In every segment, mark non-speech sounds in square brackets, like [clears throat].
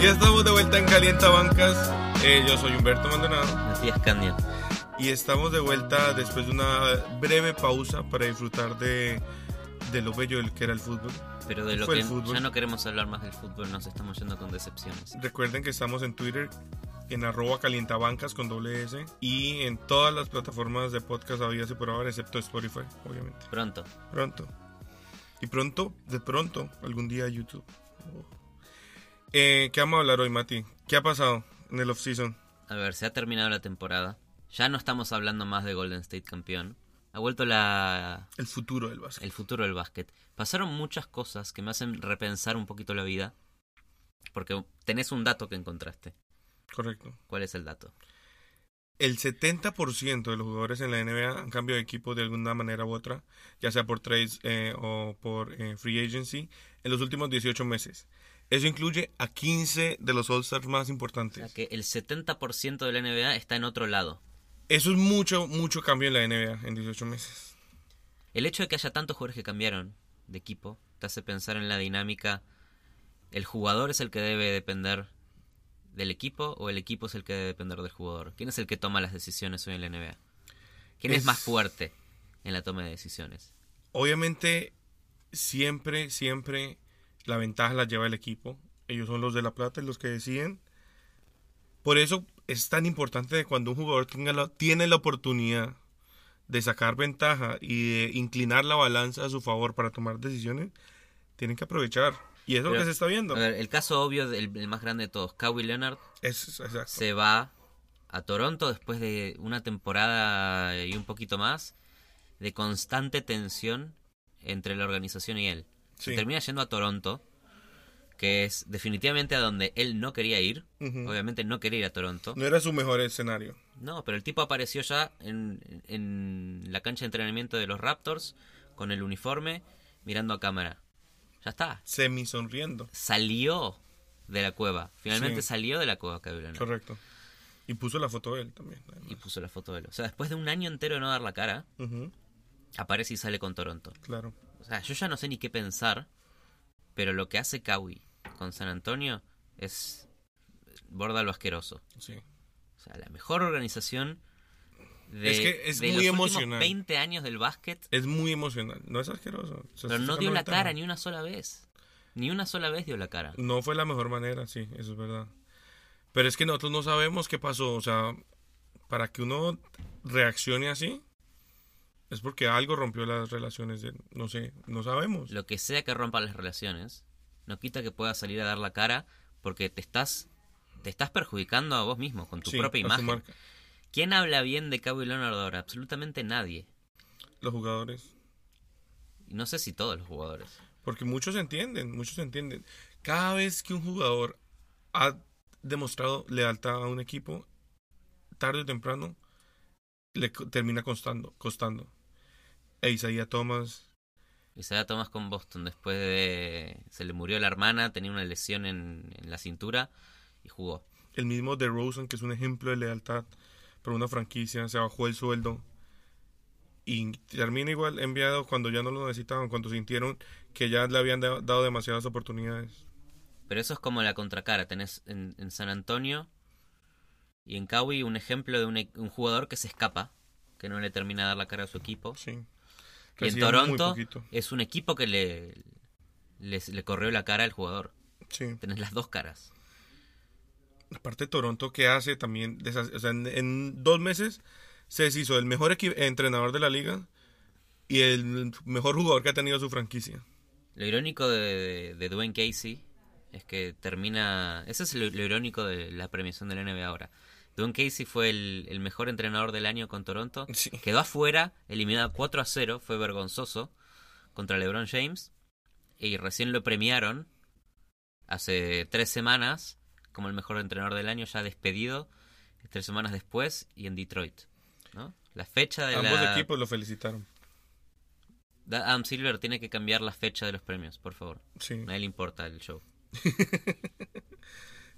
Ya estamos de vuelta en Calienta Bancas. Eh, yo soy Humberto Maldonado Matías Candia. y estamos de vuelta después de una breve pausa para disfrutar de, de lo bello del que era el fútbol. Pero de lo Fue que el fútbol. ya no queremos hablar más del fútbol, nos estamos yendo con decepciones. Recuerden que estamos en Twitter en arroba calientabancas con doble S y en todas las plataformas de podcast habidas y por ahora, excepto Spotify, obviamente. Pronto. Pronto. Y pronto, de pronto, algún día YouTube. Oh. Eh, ¿Qué vamos a hablar hoy, Mati? ¿Qué ha pasado en el off-season? A ver, se ha terminado la temporada. Ya no estamos hablando más de Golden State campeón. Ha vuelto la El futuro del básquet. el futuro del básquet. Pasaron muchas cosas que me hacen repensar un poquito la vida. Porque tenés un dato que encontraste. Correcto. ¿Cuál es el dato? El 70% de los jugadores en la NBA han cambiado de equipo de alguna manera u otra, ya sea por trades eh, o por eh, free agency, en los últimos 18 meses. Eso incluye a 15 de los All-Stars más O sea importantes. que el 70% de la NBA está en otro lado. Eso es mucho, mucho cambio en la NBA en 18 meses. El hecho de que haya tantos jugadores que cambiaron de equipo te hace pensar en la dinámica. ¿El jugador es el que debe depender del equipo o el equipo es el que debe depender del jugador? ¿Quién es el que toma las decisiones hoy en la NBA? ¿Quién es, Es- más fuerte en la toma de decisiones? Obviamente, siempre, siempre la ventaja la lleva el equipo. Ellos son los de la plata y los que deciden. Por eso es tan importante de cuando un jugador tenga la- tiene la oportunidad de sacar ventaja y de inclinar la balanza a su favor para tomar decisiones, tienen que aprovechar. Y eso es lo Pero, que se está viendo. A ver, el caso obvio, del el más grande de todos, Kawhi Leonard, Es- es- exacto. se va a Toronto después de una temporada y un poquito más de constante tensión entre la organización y él. Se Sí. termina yendo a Toronto, que es definitivamente a donde él no quería ir. Ujú. Obviamente no quería ir a Toronto. No era su mejor escenario. No, pero el tipo apareció ya en, en la cancha de entrenamiento de los Raptors con el uniforme mirando a cámara. Ya está. Semi sonriendo. Salió de la cueva. Finalmente Sí. salió de la cueva, Cabrera Correcto. Y puso la foto de él también. además. y puso la foto de él. O sea, después de un año entero de no dar la cara, Ujú, aparece y sale con Toronto. Claro. O sea, yo ya no sé ni qué pensar, pero lo que hace Kawhi con San Antonio es borda lo asqueroso. Sí. O sea, la mejor organización de, Es que es de muy los últimos emocional. 20 años del básquet, Es muy emocional, no es asqueroso. Se pero está no sacando dio la ventaja. cara ni una sola vez. Ni una sola vez dio la cara. No fue la mejor manera, sí, eso es verdad. Pero es que nosotros no sabemos qué pasó, o sea, para que uno reaccione así, es porque algo rompió las relaciones, de, no sé, no sabemos. Lo que sea que rompa las relaciones, no quita que puedas salir a dar la cara porque te estás, te estás perjudicando a vos mismo con tu Sí, propia a su imagen. marca. ¿Quién habla bien de Kawhi Leonard ahora? Absolutamente nadie. Los jugadores, Y no sé si todos los jugadores. porque muchos entienden, muchos entienden. Cada vez que un jugador ha demostrado lealtad a un equipo, tarde o temprano, le co- termina costando, costando. E Isaiah Thomas, Isaiah Thomas con Boston después de... Se le murió la hermana, tenía una lesión en, en la cintura y jugó. El mismo DeRozan, que es un ejemplo de lealtad para una franquicia, se bajó el sueldo y termina igual enviado cuando ya no lo necesitaban, cuando sintieron que ya le habían da- dado demasiadas oportunidades. Pero eso es como la contracara. Tenés en, en San Antonio y en Kawhi un ejemplo de un, e- un jugador que se escapa, que no le termina de dar la cara a su equipo. Sí. Y en Reciben muy Toronto poquito. es un equipo que le, les- le corrió la cara al jugador. Sí. Tenés las dos caras. Aparte Toronto que hace también, deshace- o sea, en, en dos meses se deshizo el mejor equi- entrenador de la liga y el mejor jugador que ha tenido su franquicia. Lo irónico de, de Dwayne Casey es que termina. Eso es lo, lo irónico de la premiación del NBA ahora. Dwayne Casey fue el, el mejor entrenador del año con Toronto. Sí. Quedó afuera, eliminado 4 a 0, fue vergonzoso contra LeBron James. Y recién lo premiaron hace tres semanas como el mejor entrenador del año, ya despedido tres semanas después y en Detroit. ¿no? La fecha de Ambos la. equipos lo felicitaron. Da- Adam Silver tiene que cambiar la fecha de los premios, por favor. Sí. A él le importa el show.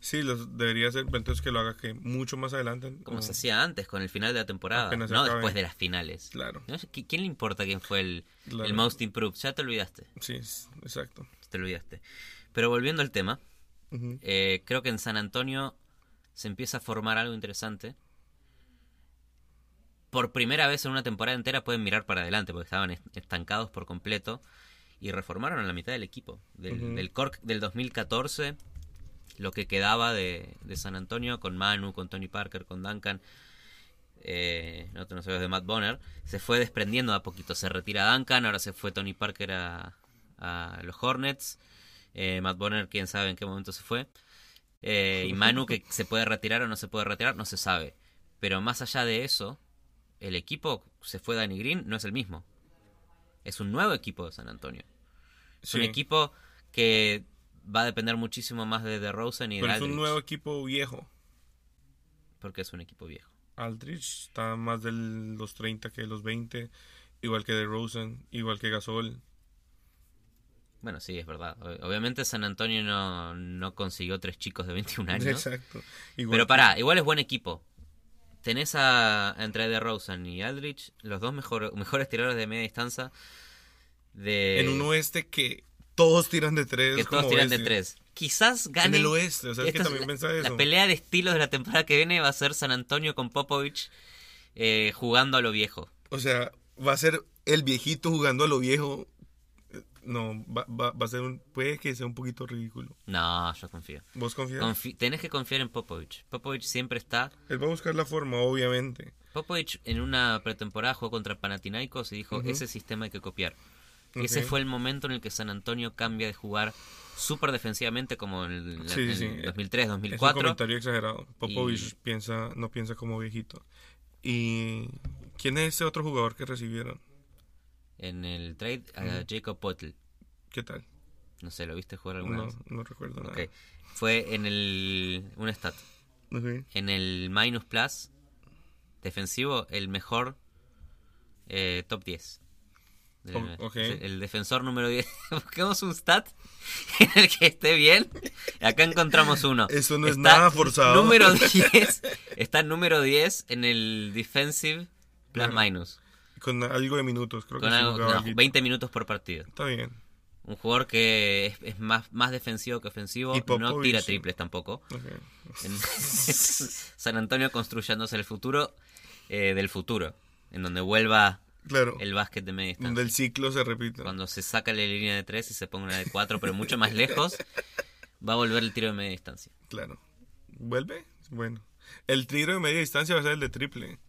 Sí, los debería ser, pero entonces que lo haga que mucho más adelante. Ah, Como ¿no? se hacía antes, con el final de la temporada, Mm. Apenas se no acabe. después de las finales. Claro, No sé, ¿qui- ¿Quién le importa quién fue el, Claro. el Most Improved? Ya te olvidaste, sí, es- exacto. te olvidaste. Pero volviendo al tema, Ujú. eh, creo que en San Antonio se empieza a formar algo interesante. Por primera vez en una temporada entera pueden mirar para adelante, porque estaban est- estancados por completo. Y reformaron a la mitad del equipo. Del, Ujú. del Cork del 2014, lo que quedaba de, de San Antonio, con Manu, con Tony Parker, con Duncan, eh, no te no sabes de Matt Bonner, se fue desprendiendo de a poquito. Se retira Duncan, ahora se fue Tony Parker a, a los Hornets. eh, Matt Bonner, quién sabe en qué momento se fue. eh, y Manu, que se puede retirar o no se puede retirar, no se sabe. Pero más allá de eso, el equipo se fue Danny Green, no es el mismo. Es un nuevo equipo de San Antonio. Es Sí, un equipo que va a depender muchísimo más de DeRozan y de pero es un Aldridge, nuevo equipo viejo. porque es un equipo viejo. Aldrich está más de los 30 que de los 20, igual que de Rosen, igual que Gasol. Bueno, sí, es verdad. O- Obviamente San Antonio no, no consiguió tres chicos de 21 [laughs] años. Exacto. Igual Pero que- pará, igual es buen equipo. Tenés a, a entre DeRozan y Aldrich, los dos mejor- mejores tiradores de media distancia. De, En un oeste que todos tiran de tres. Eh, que todos como tiran de bestia. tres. Quizás En gane. el oeste, o sea, es que Esto es también la- pensaba eso. La pelea de estilos de la temporada que viene va a ser San Antonio con Popovich eh, jugando a lo viejo. O sea, va a ser el viejito jugando a lo viejo. Eh, No, va, va- va a ser un. Puede que sea un poquito ridículo. No, yo confío. ¿Vos confías? Confi- tenés que confiar en Popovich. Popovich siempre está. Él va a buscar la forma, obviamente. Popovich en una pretemporada jugó contra Panathinaikos y dijo, ese sistema hay que copiar. Ese Ok. fue el momento en el que San Antonio cambia de jugar súper defensivamente como en el, Sí, sí, sí. Es un 2003-2004. comentario exagerado. Popovich Y- piensa, no piensa como viejito. ¿Y quién es ese otro jugador que recibieron? En el trade a Jacob Potel. ¿Qué tal? No sé, ¿lo viste jugar alguna No, vez? no recuerdo nada. Ok. Fue en el... Un stat. Ok. en el minus plus defensivo el mejor eh, top 10. Del O- NBA. ok. Es El, defensor número 10. [laughs] Busquemos un stat [laughs] en el que esté bien. Acá encontramos uno. Eso no es nada forzado. [laughs] Número 10. Está número 10 en el defensive plus Claro. minus. Con algo de minutos, creo Con que sí algo, jugaba no, alguito. 20 minutos por partido. Está bien. Un jugador que es, es más, más defensivo que ofensivo. Y no Popovich, tira sí. triples tampoco. Ok. En- [laughs] San Antonio construyéndose el futuro eh, del futuro, en donde vuelva Claro. el básquet de media distancia. Donde el ciclo se repita. Cuando se saca la línea de 3 y se ponga una de 4, pero mucho más lejos, va a volver el tiro de media distancia. Claro. ¿Vuelve? Bueno. El tiro de media distancia va a ser el de triple.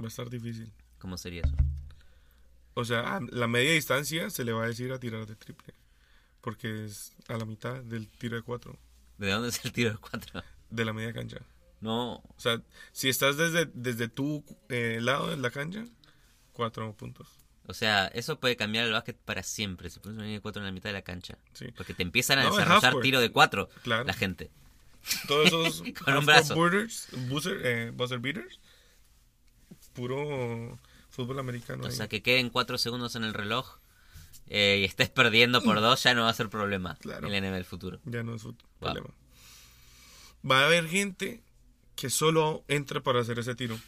Va a estar difícil. ¿Cómo sería eso? O sea, a la media distancia se le va a decir a tirar de triple. Porque es a la mitad del tiro de cuatro. ¿De dónde es el tiro de 4? De la media cancha. No, O sea, si estás desde, desde tu eh, lado de la cancha, cuatro puntos. o sea, eso puede cambiar el básquet para siempre. Si pones una línea de 4 en la mitad de la cancha. Sí. Porque te empiezan a No, es desarrollar halfway. tiro de 4 Claro. la gente. Todos esos [laughs] Con un half-court brazo. Booters, buzzer, eh, buzzer beaters. Puro fútbol americano. O ahí. sea, que queden 4 segundos en el reloj eh, y estés perdiendo [clears throat] por 2, ya no va a ser problema Claro. en la NBA del futuro. Ya no es un Wow. problema. Va a haber gente que solo entra para hacer ese tiro.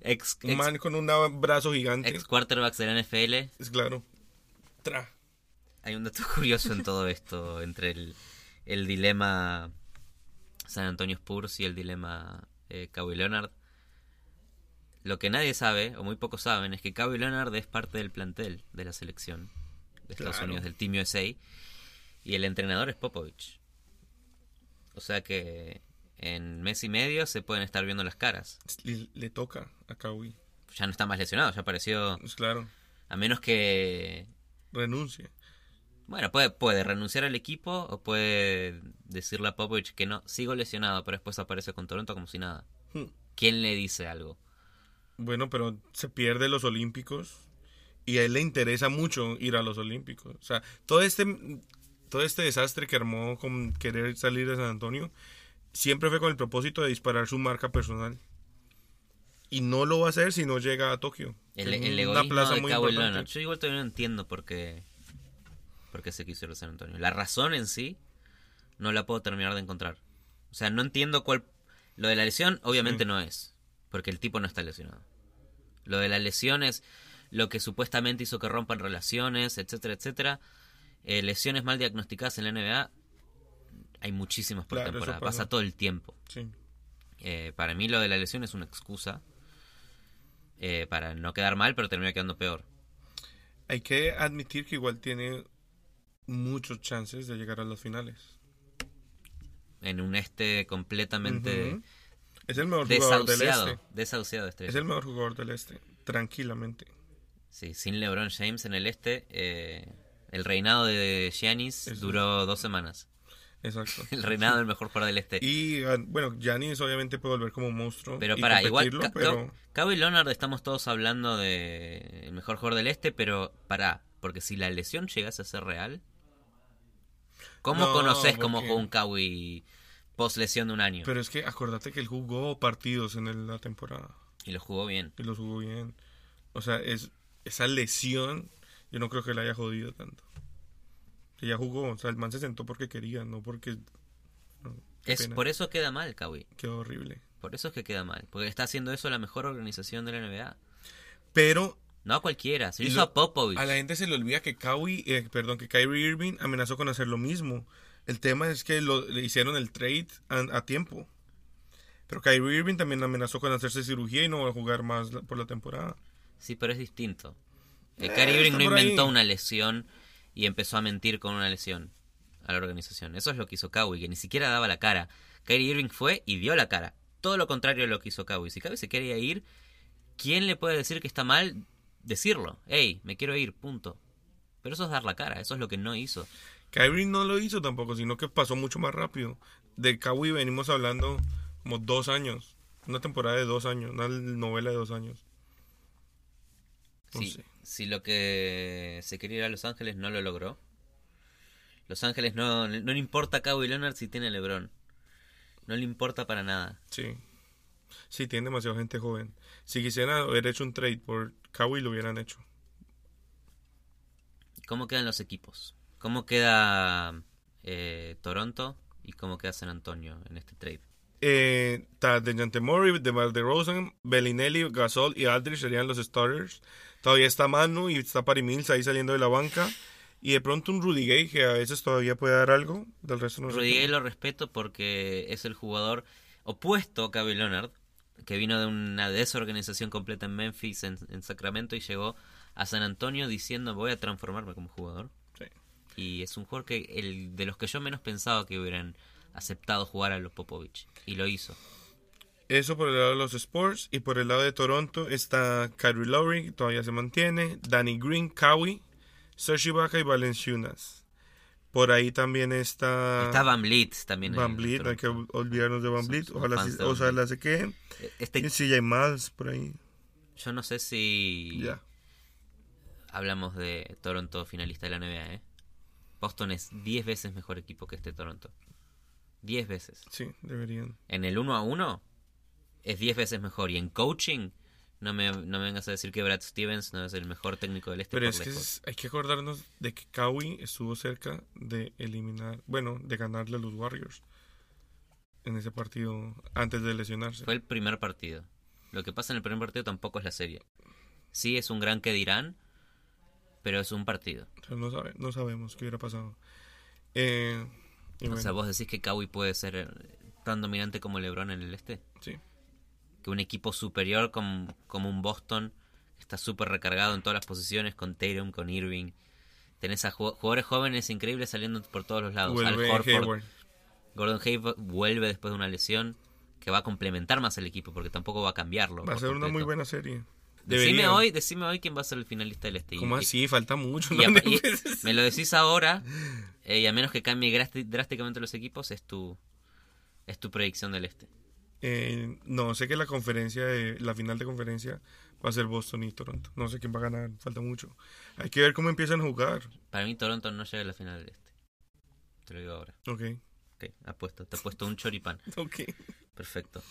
Ex, Un ex- man con un brazo gigante. ex quarterbacks de la NFL. Es claro. Tra. Hay un dato [laughs] curioso en todo esto, entre el, el dilema San Antonio Spurs y el dilema eh, Kawhi Leonard. Lo que nadie sabe, o muy pocos saben, es que Kawhi Leonard es parte del plantel de la selección de Estados Claro. Unidos, del Team USA, y el entrenador es Popovich. O sea que en mes y medio se pueden estar viendo las caras. Le, le toca a Kawhi. Ya no está más lesionado, ya apareció, Es claro. a menos que Renuncia. Bueno, puede, puede renunciar al equipo o puede decirle a Popovich que no, sigo lesionado, pero después aparece con Toronto como si nada. Hmm. ¿Quién le dice algo? Bueno, pero se pierde los Olímpicos. Y a él le interesa mucho ir a los Olímpicos. O sea, todo este, todo este desastre que armó con querer salir de San Antonio siempre fue con el propósito de disparar su marca personal. Y no lo va a hacer si no llega a Tokio. El, e-, que es el una egoísmo plaza de muy Kawhi importante. Leonard. Yo igual todavía no entiendo por qué, por qué se quiso ir a San Antonio. La razón en sí no la puedo terminar de encontrar. O sea, no entiendo cuál... Lo de la lesión obviamente Sí. no es, porque el tipo no está lesionado. Lo de la lesión es lo que supuestamente hizo que rompan relaciones, etcétera, etcétera. Eh, lesiones mal diagnosticadas en la NBA hay muchísimas por Claro, eso temporada, pasa. pasa todo el tiempo. Sí. Eh, para mí lo de la lesión es una excusa eh, para no quedar mal, pero termina quedando peor. Hay que admitir que igual tiene muchos chances de llegar a las finales. En un este completamente Ujú. Es el mejor jugador del desahuciado, este. desahuciado de Es estrellas. el mejor jugador del este, tranquilamente. Sí, sin LeBron James en el este, eh, el reinado de Giannis Eso. duró dos semanas. [laughs] Exacto. El reinado del mejor jugador del este. Y ah, bueno, Giannis obviamente puede volver como un monstruo Pero y para, igual competirlo, Ka- pero Ka- Kawhi Leonard estamos todos hablando de el mejor jugador del este, pero para, porque si la lesión llegase a ser real, ¿cómo No, conoces cómo porque- jugó un Kawhi post lesión de un año? pero es que acordate que él jugó partidos en el- la temporada Y lo jugó bien. y los jugó bien. O sea, es esa lesión yo no creo que la haya jodido tanto. Que ya jugó, o sea, el man se sentó porque quería, no porque no, qué Es pena. por eso queda mal Kawhi, Qué horrible. por eso es que queda mal, porque está haciendo eso la mejor organización de la NBA. Pero No a cualquiera, se lo Y hizo lo- a Popovich. a la gente se le olvida que Kawhi, eh, perdón, que Kyrie Irving amenazó con hacer lo mismo. El tema es que lo, le hicieron el trade a, a tiempo. Pero Kyrie Irving también amenazó con hacerse cirugía y no va a jugar más la- por la temporada. Sí, pero es distinto. Eh, Eh, Kyrie Irving está no por ahí. inventó una lesión y empezó a mentir con una lesión a la organización. Eso es lo que hizo Kawhi, que ni siquiera daba la cara. Kyrie Irving fue y dio la cara. Todo lo contrario de lo que hizo Kawhi. Si Kawhi se quería ir, ¿quién le puede decir que está mal? Decirlo. Hey, me quiero ir, punto. Pero eso es dar la cara, eso es lo que no hizo. Kyrie no lo hizo tampoco, sino que pasó mucho más rápido. De Kawhi venimos hablando como dos años. Una temporada de dos años, una novela de dos años. No Si, sé. si lo que se quería ir a Los Ángeles no lo logró. Los Ángeles no, no le importa a Kawhi Leonard si tiene a LeBron. No le importa para nada. Sí. Sí, tiene demasiada gente joven. Si quisieran haber hecho un trade por Kawhi, lo hubieran hecho. ¿Cómo quedan los equipos? ¿Cómo queda eh, Toronto y cómo queda San Antonio en este trade? Eh, está DeJounte Murray, DeMar DeRozan, Bellinelli, Gasol y Aldridge serían los starters. Todavía está Manu y está Patty Mills ahí saliendo de la banca. Y de pronto un Rudy Gay que a veces todavía puede dar algo. Del resto no sé Rudy quién. Gay lo respeto porque es el jugador opuesto a Kawhi Leonard, que vino de una desorganización completa en Memphis, en, en Sacramento, y llegó a San Antonio diciendo voy a transformarme como jugador. Sí. Y es un jugador que el, de los que yo menos pensaba que hubieran aceptado jugar a los Popovich. Y lo hizo. Eso por el lado de los Spurs. Y por el lado de Toronto está Kyrie Lowry, que todavía se mantiene. Danny Green, Kawhi, Serge Ibaka y Valenciunas. Por ahí también está, Está Van Vliet también. en- Ah. Van en Vliet. Hay que Toronto. olvidarnos de Van Vliet. Somos Ojalá, fans sí- de Van ojalá se quede. Este Y CJ Miles por ahí. Yo no sé si Ya. hablamos de Toronto finalista de la NBA, ¿eh? Boston es 10 veces mejor equipo que este Toronto. 10 veces. Sí, deberían. En el 1 a 1 es 10 veces mejor. Y en coaching, no me, no me vengas a decir que Brad Stevens no es el mejor técnico del este Pero por es que lejos. es- hay que acordarnos de que Kawhi estuvo cerca de eliminar, bueno, de ganarle a los Warriors en ese partido antes de lesionarse. Fue el primer partido. Lo que pasa en el primer partido tampoco es la serie. Sí, es un gran que dirán, pero es un partido. O sea, no, sabe- no sabemos qué hubiera pasado. Eh, y O sea, bueno, vos decís que Kawhi puede ser eh, tan dominante como LeBron en el este. sí. que un equipo superior com- como un Boston que está súper recargado en todas las posiciones con Tatum, con Irving. Tenés a ju- jugadores jóvenes increíbles saliendo por todos los lados. Vuelve Al Horford, Hayward. Gordon Hayward vuelve después de una lesión que va a complementar más al equipo porque tampoco va a cambiarlo. Va a por ser una muy completo. buena serie. Decime Debería. hoy, decime hoy quién va a ser el finalista del este. Y- ¿Cómo y- así? Falta mucho. y a- [laughs] ¿no? y- me lo decís ahora eh, y a menos que cambie grasti- drásticamente los equipos es tu es tu predicción del este. Eh, no, sé que la conferencia, de- la final de conferencia va a ser Boston y Toronto. No sé quién va a ganar, falta mucho. Hay que ver cómo empiezan a jugar. Para mí Toronto no llega a la final del este. Te lo digo ahora. Ok, Ok, apuesto. Te he puesto un choripán. ok. Perfecto.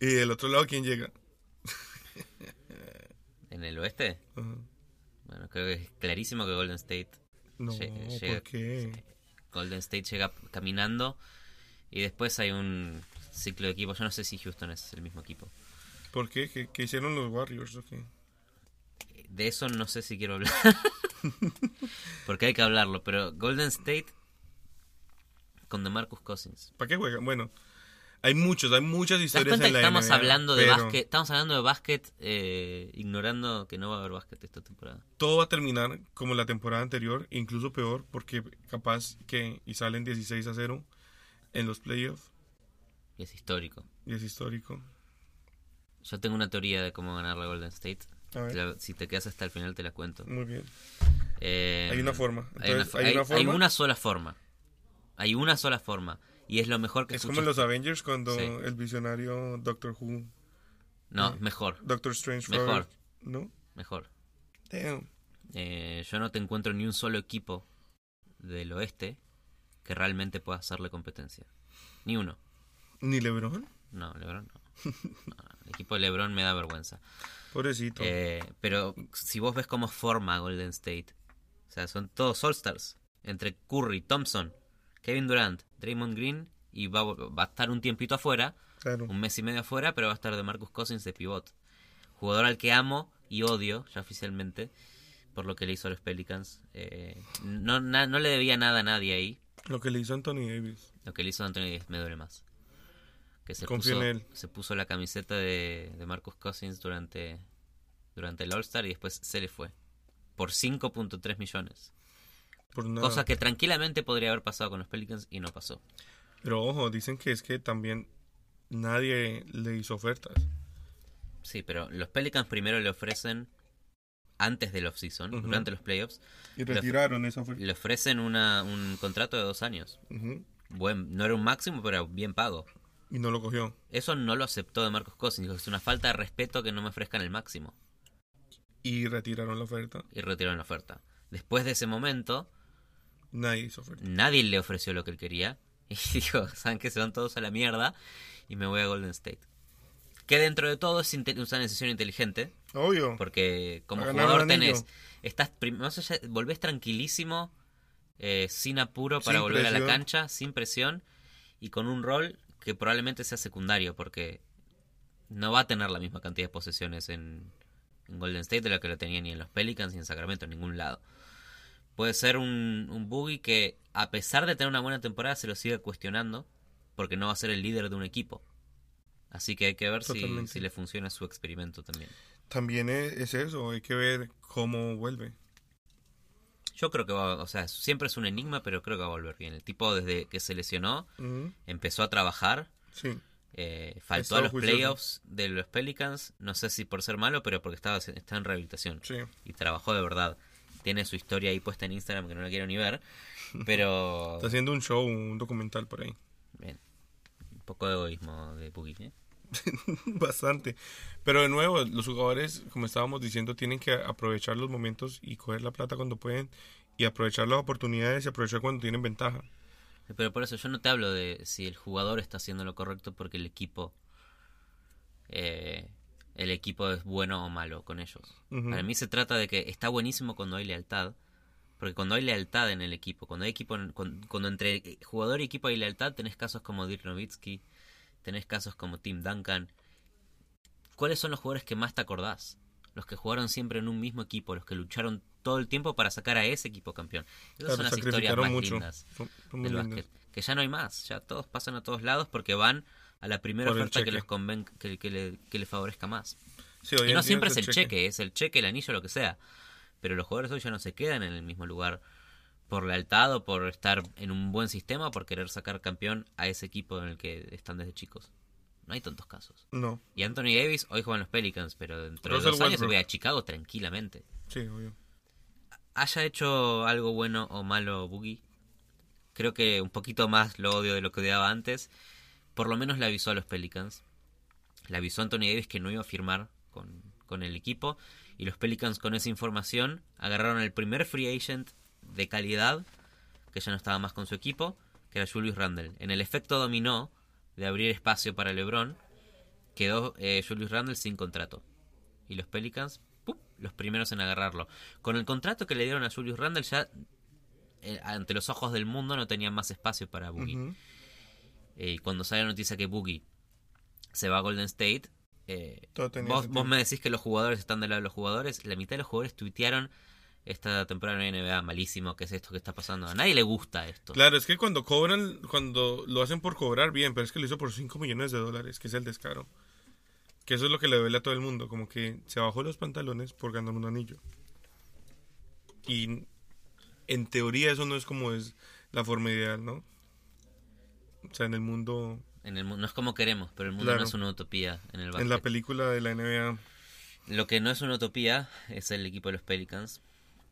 Y del otro lado, ¿quién llega? ¿En el oeste? Ajá. Bueno, creo que es clarísimo que Golden State. No, lle- ¿por llega- qué? Golden State llega caminando y después hay un ciclo de equipos. Yo no sé si Houston es el mismo equipo. ¿Por qué? ¿Qué, qué hicieron los Warriors? o qué? De eso no sé si quiero hablar. [laughs] Porque hay que hablarlo. Pero Golden State con DeMarcus Cousins. ¿Para qué juegan? Bueno, hay muchos, hay muchas ¿Te das historias cuenta en que la estamos NBA, hablando de pero básquet? Estamos hablando de básquet eh, ignorando que no va a haber básquet esta temporada. Todo va a terminar como la temporada anterior, incluso peor, porque capaz que y salen 16 a 0 en los playoffs Y es histórico. y es histórico. Yo tengo una teoría de cómo ganar la Golden State. A ver. Te la- si te quedas hasta el final te la cuento. Muy bien. Eh, Hay una forma. hay una Entonces, fo- hay hay- una hay forma. una sola forma. Hay una sola forma. Y es lo mejor que Es escuché. como en los Avengers cuando Sí. el visionario Doctor Who, No, mejor, Doctor Strange Mejor. Robert, ¿no? mejor. Damn. Eh, yo no te encuentro ni un solo equipo del oeste que realmente pueda hacerle competencia. Ni uno. Ni LeBron, No, Lebron no. No, El equipo de Lebron me da vergüenza. pobrecito. Eh, pero si vos ves cómo forma Golden State, o sea, son todos All-Stars. Entre Curry, Thompson, Kevin Durant, Draymond Green y va, va a estar un tiempito afuera, claro. un mes y medio afuera, pero va a estar de Marcus Cousins de pivot. Jugador al que amo y odio ya oficialmente por lo que le hizo a los Pelicans. Eh, no, na- no le debía nada a nadie ahí. Lo que le hizo Anthony Davis. Lo que le hizo a Anthony Davis me duele más. Que se Confío puso, en él. se puso la camiseta de, de Marcus Cousins durante, durante el All-Star y después se le fue. Por 5.3 millones. Por nada. Cosa que tranquilamente podría haber pasado con los Pelicans y no pasó. Pero ojo, dicen que es que también nadie le hizo ofertas. Sí, pero los Pelicans primero le ofrecen, antes del off-season, Ujú. durante los playoffs, Y retiraron esa oferta. Le ofrecen una, un contrato de dos años. Ujú. Buen, no era un máximo, pero era bien pago. Y no lo cogió. Eso no lo aceptó de Marcos Cousins. Dijo, es una falta de respeto que no me ofrezcan el máximo. Y retiraron la oferta. Y retiró la oferta. Después de ese momento, Nadie hizo oferta. nadie le ofreció lo que él quería. [laughs] Y dijo, ¿saben que Se van todos a la mierda y me voy a Golden State. Que dentro de todo es inte- una decisión inteligente. Obvio. Porque como A ganar jugador un anillo. tenés... Estás prim- más allá- volvés tranquilísimo, eh, sin apuro para Sin volver a la presión. cancha, sin presión, y con un rol que probablemente sea secundario, porque no va a tener la misma cantidad de posesiones en, en Golden State de la que lo tenía ni en los Pelicans ni en Sacramento, en ningún lado. Puede ser un, un Boogie que, a pesar de tener una buena temporada, se lo sigue cuestionando, porque no va a ser el líder de un equipo. Así que hay que ver si, Totalmente. si le funciona su experimento también. También es, es eso. Hay que ver cómo vuelve. Yo creo que va, o sea, siempre es un enigma, pero creo que va a volver bien. El tipo desde que se lesionó Ujú. empezó a trabajar, Sí. eh, faltó Estaba a los juicioso. playoffs de los Pelicans, no sé si por ser malo, pero porque estaba está en rehabilitación Sí. y trabajó de verdad. Tiene su historia ahí puesta en Instagram que no la quiero ni ver, [laughs] pero Está haciendo un show, un documental por ahí. [laughs] bien, un poco de egoísmo de Boogie. ¿eh? Bastante. Pero de nuevo, los jugadores, como estábamos diciendo, tienen que aprovechar los momentos y coger la plata cuando pueden y aprovechar las oportunidades y aprovechar cuando tienen ventaja. Pero por eso yo no te hablo de si el jugador está haciendo lo correcto porque el equipo eh, el equipo es bueno o malo con ellos. Ujú. Para mí se trata de que está buenísimo cuando hay lealtad, porque cuando hay lealtad en el equipo, cuando hay equipo en- cuando, cuando entre jugador y equipo hay lealtad, tenés casos como Dirk Nowitzki, tenés casos como Tim Duncan. ¿Cuáles son los jugadores que más te acordás? Los que jugaron siempre en un mismo equipo, los que lucharon todo el tiempo para sacar a ese equipo campeón. Esas Claro, son las historias más lindas Son- son muy del lindas. básquet. Que ya no hay más, ya todos pasan a todos lados porque van a la primera Por el oferta que cheque. les conven que, que le, que le favorezca más. Sí, hoy Y en no día siempre es el cheque. es el cheque, el anillo, lo que sea. Pero los jugadores hoy ya no se quedan en el mismo lugar por lealtad o por estar en un buen sistema o por querer sacar campeón a ese equipo en el que están desde chicos. No hay tantos casos. No, Y Anthony Davis hoy juega en los Pelicans, pero dentro Russell de dos años se Westbrook. va a Chicago tranquilamente. sí, obvio. Haya hecho algo bueno o malo Boogie, creo que un poquito más lo odio de lo que odiaba antes. Por lo menos le avisó a los Pelicans. Le avisó a Anthony Davis que no iba a firmar con, con el equipo. Y los Pelicans con esa información agarraron el primer free agent de calidad que ya no estaba más con su equipo, que era Julius Randle. En el efecto dominó de abrir espacio para LeBron, quedó eh, Julius Randle sin contrato. Y los Pelicans, ¡pup!, los primeros en agarrarlo. Con el contrato que le dieron a Julius Randle ya eh, ante los ojos del mundo no tenían más espacio para Boogie. Ujú. Eh, y cuando sale la noticia que Boogie se va a Golden State, eh, Todo tenía vos, sentido. vos me decís que los jugadores están del lado de los jugadores. La mitad de los jugadores tuitearon esta temporada de NBA malísimo, ¿qué es esto que está pasando? A nadie le gusta esto. Claro, es que cuando cobran, cuando lo hacen por cobrar, bien, pero es que lo hizo por 5 millones de dólares, que es el descaro. Que eso es lo que le duele a todo el mundo, como que se bajó los pantalones por ganar un anillo. Y en teoría eso no es como es la forma ideal, ¿no? O sea, en el mundo, En el, mu- no es como queremos, pero el mundo Claro. no es una utopía en el en la básquet. película de la NBA, Lo que no es una utopía es el equipo de los Pelicans.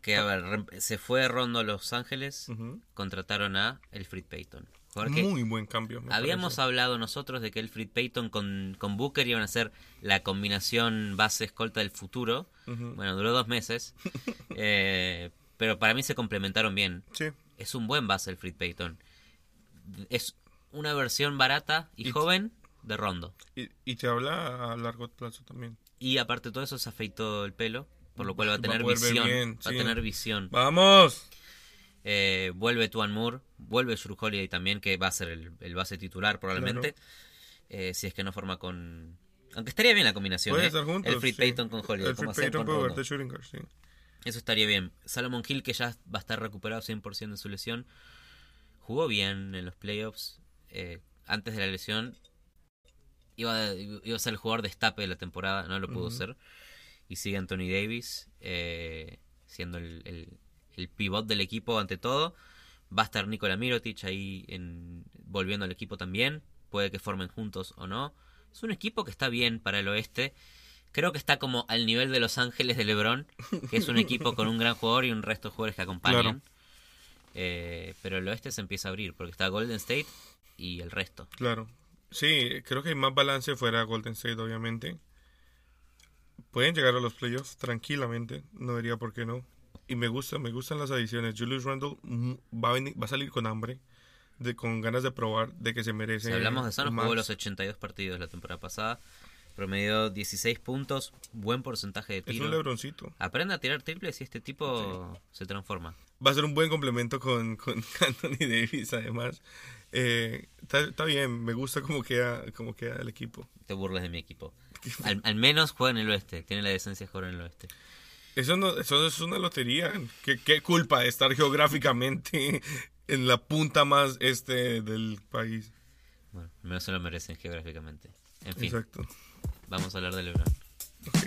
Que a ver, rem- se fue de rondo a Los Ángeles, ujú, contrataron a Elfrid Payton. Jugador que muy buen cambio. me habíamos parece. hablado nosotros de que Elfrid Payton con, con Booker iban a ser la combinación base-escolta del futuro. Ujú. Bueno, duró [laughs] dos meses. eh, pero para mí se complementaron bien. Sí, Es un buen base Elfrid Payton. Es una versión barata y Y- joven de rondo. y, y te habla a largo plazo también. Y aparte de todo eso, se afeitó el pelo, por lo cual va a Va a tener poder ver visión. bien, va a sí. tener visión. ¡Vamos! Eh, vuelve Tuan Moore, vuelve Drew Holiday también, que va a ser el, el base titular probablemente. Eh, si es que no forma con. Aunque estaría bien la combinación. Pueden ¿eh? estar juntos. Elfrid sí. Payton con Holiday. Elfrid como hacían Payton con puede jugar Rondo. de shooting guard, sí. Eso estaría bien. Salomon Hill, que ya va a estar recuperado 100% de su lesión, jugó bien en los playoffs. eh, antes de la lesión, iba, iba a ser el jugador destape de la temporada, no lo pudo Ujú. ser. Y sigue Anthony Davis eh, siendo el, el- el pivot del equipo ante todo. Va a estar Nikola Mirotic ahí en- volviendo al equipo también. Puede que formen juntos o no. Es un equipo que está bien para el oeste. Creo que está como al nivel de Los Ángeles de LeBron, [laughs] que es un equipo con un gran jugador y un resto de jugadores que acompañan. Claro. Eh, pero el oeste se empieza a abrir porque está Golden State y el resto. Claro. Sí, creo que hay más balance fuera de Golden State, obviamente. Pueden llegar a los playoffs tranquilamente, no diría por qué no. Y me gusta, me gustan las adiciones. Julius Randle mm, va a, venir- va a salir con hambre, de, con ganas de probar, de que se merece. Si hablamos de Sanos, un jugó max. los 82 partidos la temporada pasada, promedió 16 puntos, buen porcentaje de Es un tiro. lebroncito. Aprende a tirar triples y este tipo se transforma. Va a ser un buen complemento con, con [laughs] Anthony Davis, además. Eh, Está está bien, me gusta cómo queda, cómo queda el equipo. Te burles de [laughs] mi equipo. Al, al menos juega en el oeste, tiene la decencia de jugar en el oeste. Eso no, eso es una lotería. ¿Qué, qué culpa de estar geográficamente [laughs] en la punta más este del país? Bueno, al menos se lo merecen geográficamente. En fin, Exacto. vamos a hablar de LeBron. Ok.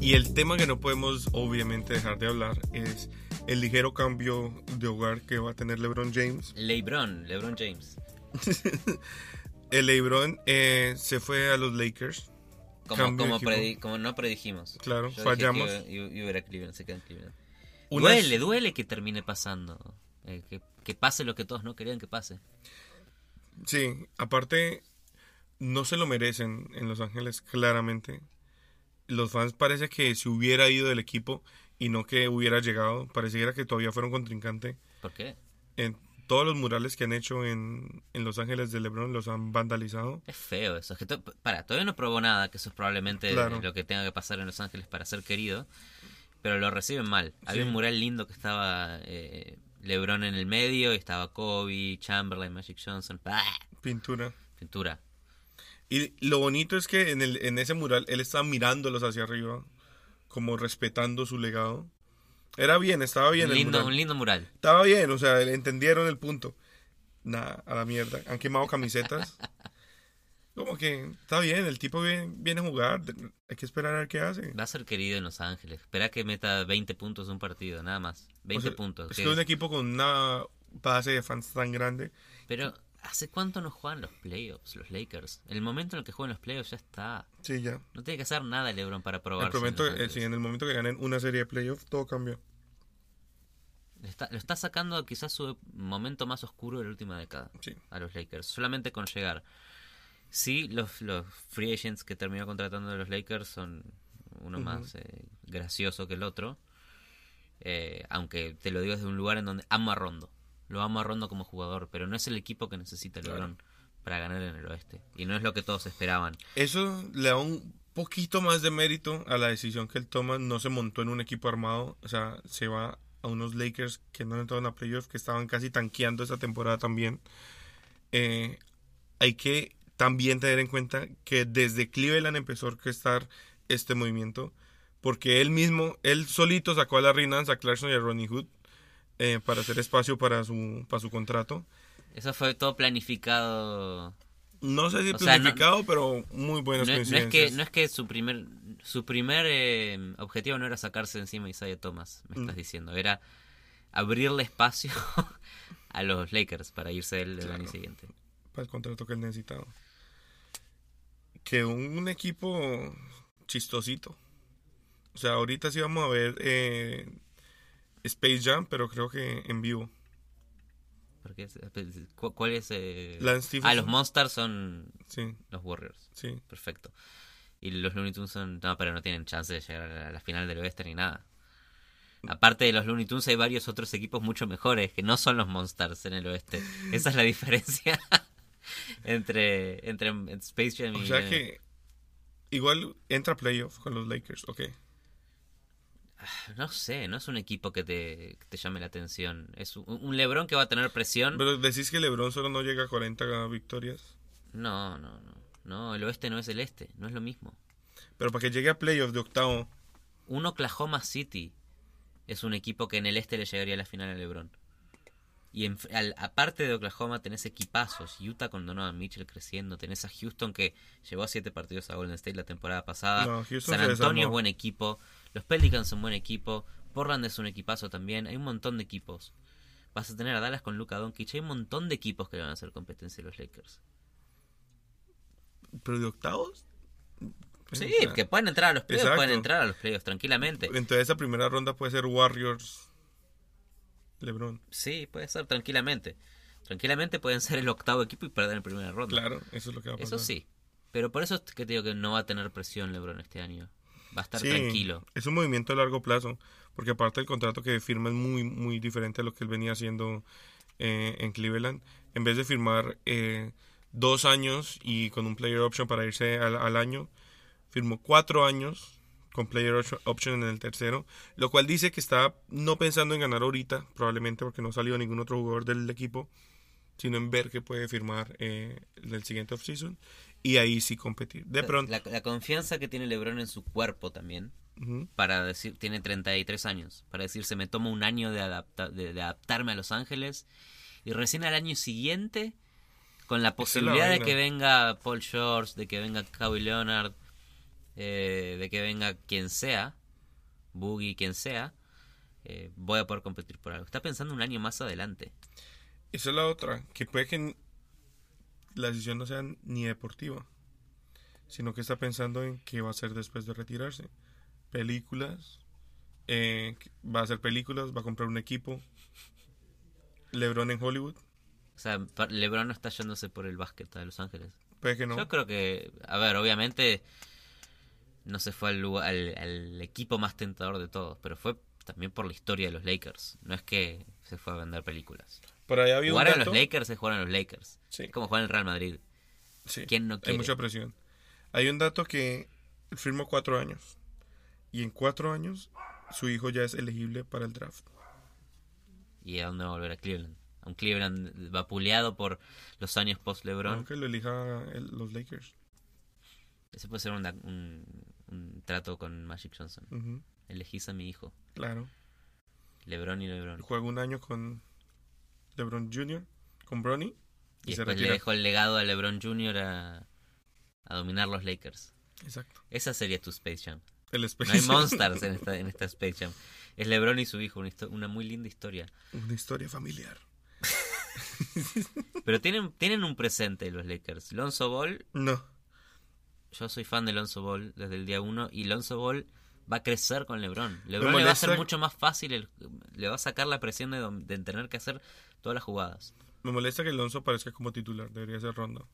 Y el tema que no podemos obviamente dejar de hablar es el ligero cambio de hogar que va a tener LeBron James. LeBron, LeBron James. El LeBron eh, se fue a los Lakers. Como, Cambio de como, equipo. predi- como no predijimos. Claro, Yo dije fallamos. que iba- iba- iba a ir a Cleveland, se queda en Cleveland. Unas- Duele, duele que termine pasando. eh, que, que pase lo que todos no querían que pase. Sí, aparte, no se lo merecen en Los Ángeles, claramente. Los fans parece que se hubiera ido del equipo y no que hubiera llegado. Pareciera que todavía fueron contrincante. ¿Por qué? En todos los murales que han hecho en, en Los Ángeles de LeBron los han vandalizado. Es feo eso. Es que to- para, todavía no probó nada, que eso es probablemente Claro. lo que tenga que pasar en Los Ángeles para ser querido. Pero lo reciben mal. Había Sí. un mural lindo que estaba eh, LeBron en el medio, y estaba Kobe, Chamberlain, Magic Johnson. ¡Bah! Pintura. Pintura. Y lo bonito es que en, el, en ese mural él estaba mirándolos hacia arriba, como respetando su legado. Era bien, estaba bien Un el lindo, mural. un lindo mural. Estaba bien, o sea, entendieron el punto. Nada, a la mierda. Han quemado camisetas. Como que está bien, el tipo viene, viene a jugar. Hay que esperar a ver qué hace. Va a ser querido en Los Ángeles. Espera que meta 20 puntos en un partido, nada más. 20 O sea, puntos. Es sí. que un equipo con una base de fans tan grande. Pero, ¿hace cuánto no juegan los playoffs, los Lakers? El momento en el que juegan los playoffs ya está. Sí, ya. No tiene que hacer nada LeBron para El probarse. en momento, Los eh, Ángeles. sí, en el momento que ganen una serie de playoffs, todo cambió. Le está- lo está sacando a quizás su momento más oscuro de la última década Sí. a los Lakers, solamente con llegar. Sí, los, los free agents que terminó contratando a los Lakers son uno Ujú. más eh, gracioso que el otro. Eh, aunque te lo digo desde un lugar en donde amo a Rondo. Lo amo a Rondo como jugador, pero no es el equipo que necesita Claro. LeBron para ganar en el oeste. Y no es lo que todos esperaban. Eso le da un poquito más de mérito a la decisión que él toma. No se montó en un equipo armado. O sea, se va a unos Lakers que no entraron a playoffs, que estaban casi tanqueando esta temporada también. Eh, hay que también tener en cuenta que desde Cleveland empezó a orquestar este movimiento. Porque él mismo, él solito sacó a la Rinans, a Clarkson y a Ronnie Hood eh, para hacer espacio para su, para su contrato. Eso fue todo planificado. No sé si O sea, no- planificado, pero muy No, buenas no es que, coincidencias. no es que su primer, su primer eh, objetivo no era sacarse encima a Isaiah Thomas, me estás Mm. diciendo. Era abrirle espacio [laughs] a los Lakers para irse él el año Claro. siguiente. para el contrato que él necesitaba. Que un, un equipo chistosito. O sea, ahorita sí vamos a ver eh, Space Jam, pero creo que en vivo. Porque es- ¿cu- ¿Cuál es? eh? Lance ah, Stephenson. los Monsters son Sí, los Warriors. sí. Perfecto. Y los Looney Tunes son... No, pero no tienen chance de llegar a la final del oeste ni nada. Aparte de los Looney Tunes hay varios otros equipos mucho mejores que no son los Monsters en el [laughs] oeste. Esa es la diferencia [laughs] entre, entre Space Jam y... O sea que igual entra playoff con los Lakers, ok. No sé, no es un equipo que te, que te llame la atención. Es un, un Lebron que va a tener presión. Pero decís que LeBron solo no llega a 40 victorias. No, no, no. No, el oeste no es el este, no es lo mismo. Pero para que llegue a playoff de octavo, Un Oklahoma City es un equipo que en el este le llegaría a la final a LeBron. Y en- al- aparte de Oklahoma tenés equipazos. Utah con Donovan Mitchell creciendo. Tenés a Houston que llevó a siete partidos a Golden State la temporada pasada. No, Houston San se Antonio es desarmó. buen equipo. Los Pelicans son buen equipo. Portland es un equipazo también. Hay un montón de equipos. Vas a tener a Dallas con Luka Doncic. Hay un montón de equipos que le van a hacer competencia a los Lakers. pero de octavos. Sí, O sea, que pueden entrar a los playoffs. Exacto. Pueden entrar a los playoffs tranquilamente. Entonces esa primera ronda puede ser Warriors, LeBron. Sí, puede ser, tranquilamente. Tranquilamente pueden ser el octavo equipo y perder en primera ronda. Claro, eso es lo que va a pasar. eso sí. Pero por eso es que te digo que no va a tener presión LeBron este año. Va a estar Sí, tranquilo. Es un movimiento a largo plazo, porque aparte el contrato que firma es muy, muy diferente a lo que él venía haciendo eh, en Cleveland. En vez de firmar eh, dos años y con un player option para irse al, al año, firmó cuatro años con player option- option en el tercero, lo cual dice que está no pensando en ganar ahorita, probablemente porque no salió ningún otro jugador del equipo, sino en ver que puede firmar eh, el siguiente offseason y ahí sí competir. De pronto. La, la confianza que tiene LeBron en su cuerpo también, Ujú. para decir, tiene 33 años, para decir, se me toma un año de, adapta- de- de adaptarme a Los Ángeles y recién al año siguiente, con la posibilidad de vaina. que venga Paul George, de que venga Kawhi Leonard, eh, de que venga quien sea, Boogie, quien sea, eh, voy a poder competir por algo. Está pensando un año más adelante. Esa es la otra, que puede que n- la decisión no sea ni deportiva, sino que está pensando en qué va a hacer después de retirarse. Películas, eh, va a hacer películas, va a comprar un equipo. Lebron en Hollywood, O sea, pa- LeBron no está yéndose por el básquet de Los Ángeles. puede que no. Yo creo que, a ver, obviamente no se fue al, lugar- al, al equipo más tentador de todos, pero fue también por la historia de los Lakers. No es que se fue a vender películas. Por ahí había un Jugar a dato- los Lakers es jugar a los Lakers. Sí. Es como jugar en el Real Madrid. Sí, ¿Quién no quiere? Hay mucha presión. Hay un dato que él firmó cuatro años. Y en cuatro años su hijo ya es elegible para el draft. ¿Y a dónde va a volver a Cleveland? A un Cleveland vapuleado por los años post-LeBron. Aunque lo elija el- los Lakers. Ese puede ser un, un- un trato con Magic Johnson. Ujú, Elegís a mi hijo, Claro. LeBron y LeBron. Juega un año con LeBron Jr., con Bronny, y, Y se después le retira. dejó el legado a LeBron Jr. a, a dominar los Lakers. Exacto. Esa sería tu Space Jam. El [laughs] No Space hay Jam. monsters en esta, en esta Space Jam. Es LeBron y su hijo, una, histo- una muy linda historia. Una historia familiar. Pero tienen, tienen un presente los Lakers. Lonzo Ball, No. yo soy fan de Lonzo Ball desde el día uno y Lonzo Ball va a crecer con LeBron. LeBron Me le va a molesta- hacer mucho más fácil, el- le va a sacar la presión de, dom- de tener que hacer todas las jugadas. Me molesta que Alonso aparezca como titular. Debería ser Rondo.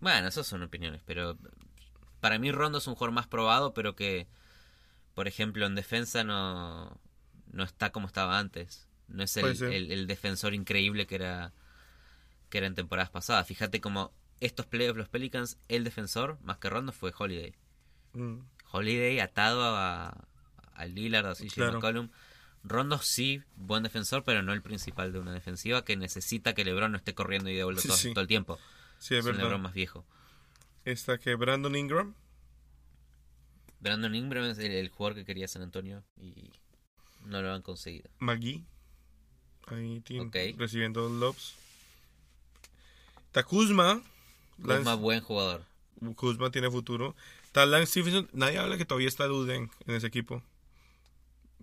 Bueno, esas son opiniones, pero para mí Rondo es un jugador más probado, pero que, por ejemplo, en defensa no, no está como estaba antes. No es Puede el, ser. el- el defensor increíble que era, que era en temporadas pasadas. Fíjate como estos playoffs, los Pelicans, el defensor, más que Rondo, fue Holiday. Mm, Holiday atado a, a Lillard, a CJ Claro. McCollum. Rondo sí, buen defensor, pero no el principal de una defensiva que necesita que LeBron no esté corriendo y de vuelta Sí, todo, sí. todo el tiempo. Sí, es es un LeBron verdad. más viejo. Está que Brandon Ingram. Brandon Ingram es el, el jugador que quería San Antonio y no lo han conseguido. Magui. Ahí tiene, Ok. recibiendo lobs. Está Kuzma. Es Lance- más buen jugador. Kuzma tiene futuro. Está Lance Stephenson. Nadie habla que todavía está Duden en ese equipo.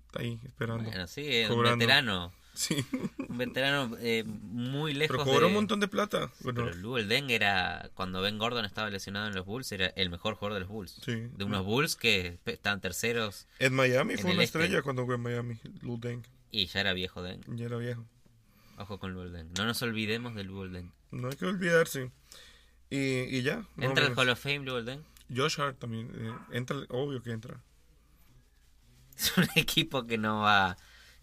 Está ahí esperando. Bueno, sí, es Cobrando. un veterano. [laughs] Sí, Un veterano eh, muy lejos pero cobró de... un montón de plata. Bueno, Pero Lou Elden era, cuando Ben Gordon estaba lesionado en los Bulls, era el mejor jugador de los Bulls. Sí. De unos Bulls que estaban terceros en Miami en fue el una este. estrella cuando fue en Miami. Lou Deng, y ya era viejo Deng. ya era viejo. Ojo con Lou Deng. No nos olvidemos de Lou Deng. No hay que olvidarse. Y, y ya. más o Entra al menos. Hall of Fame Lou Deng. Josh Hart también. eh, entra, obvio que entra. [laughs] Es un equipo que no va,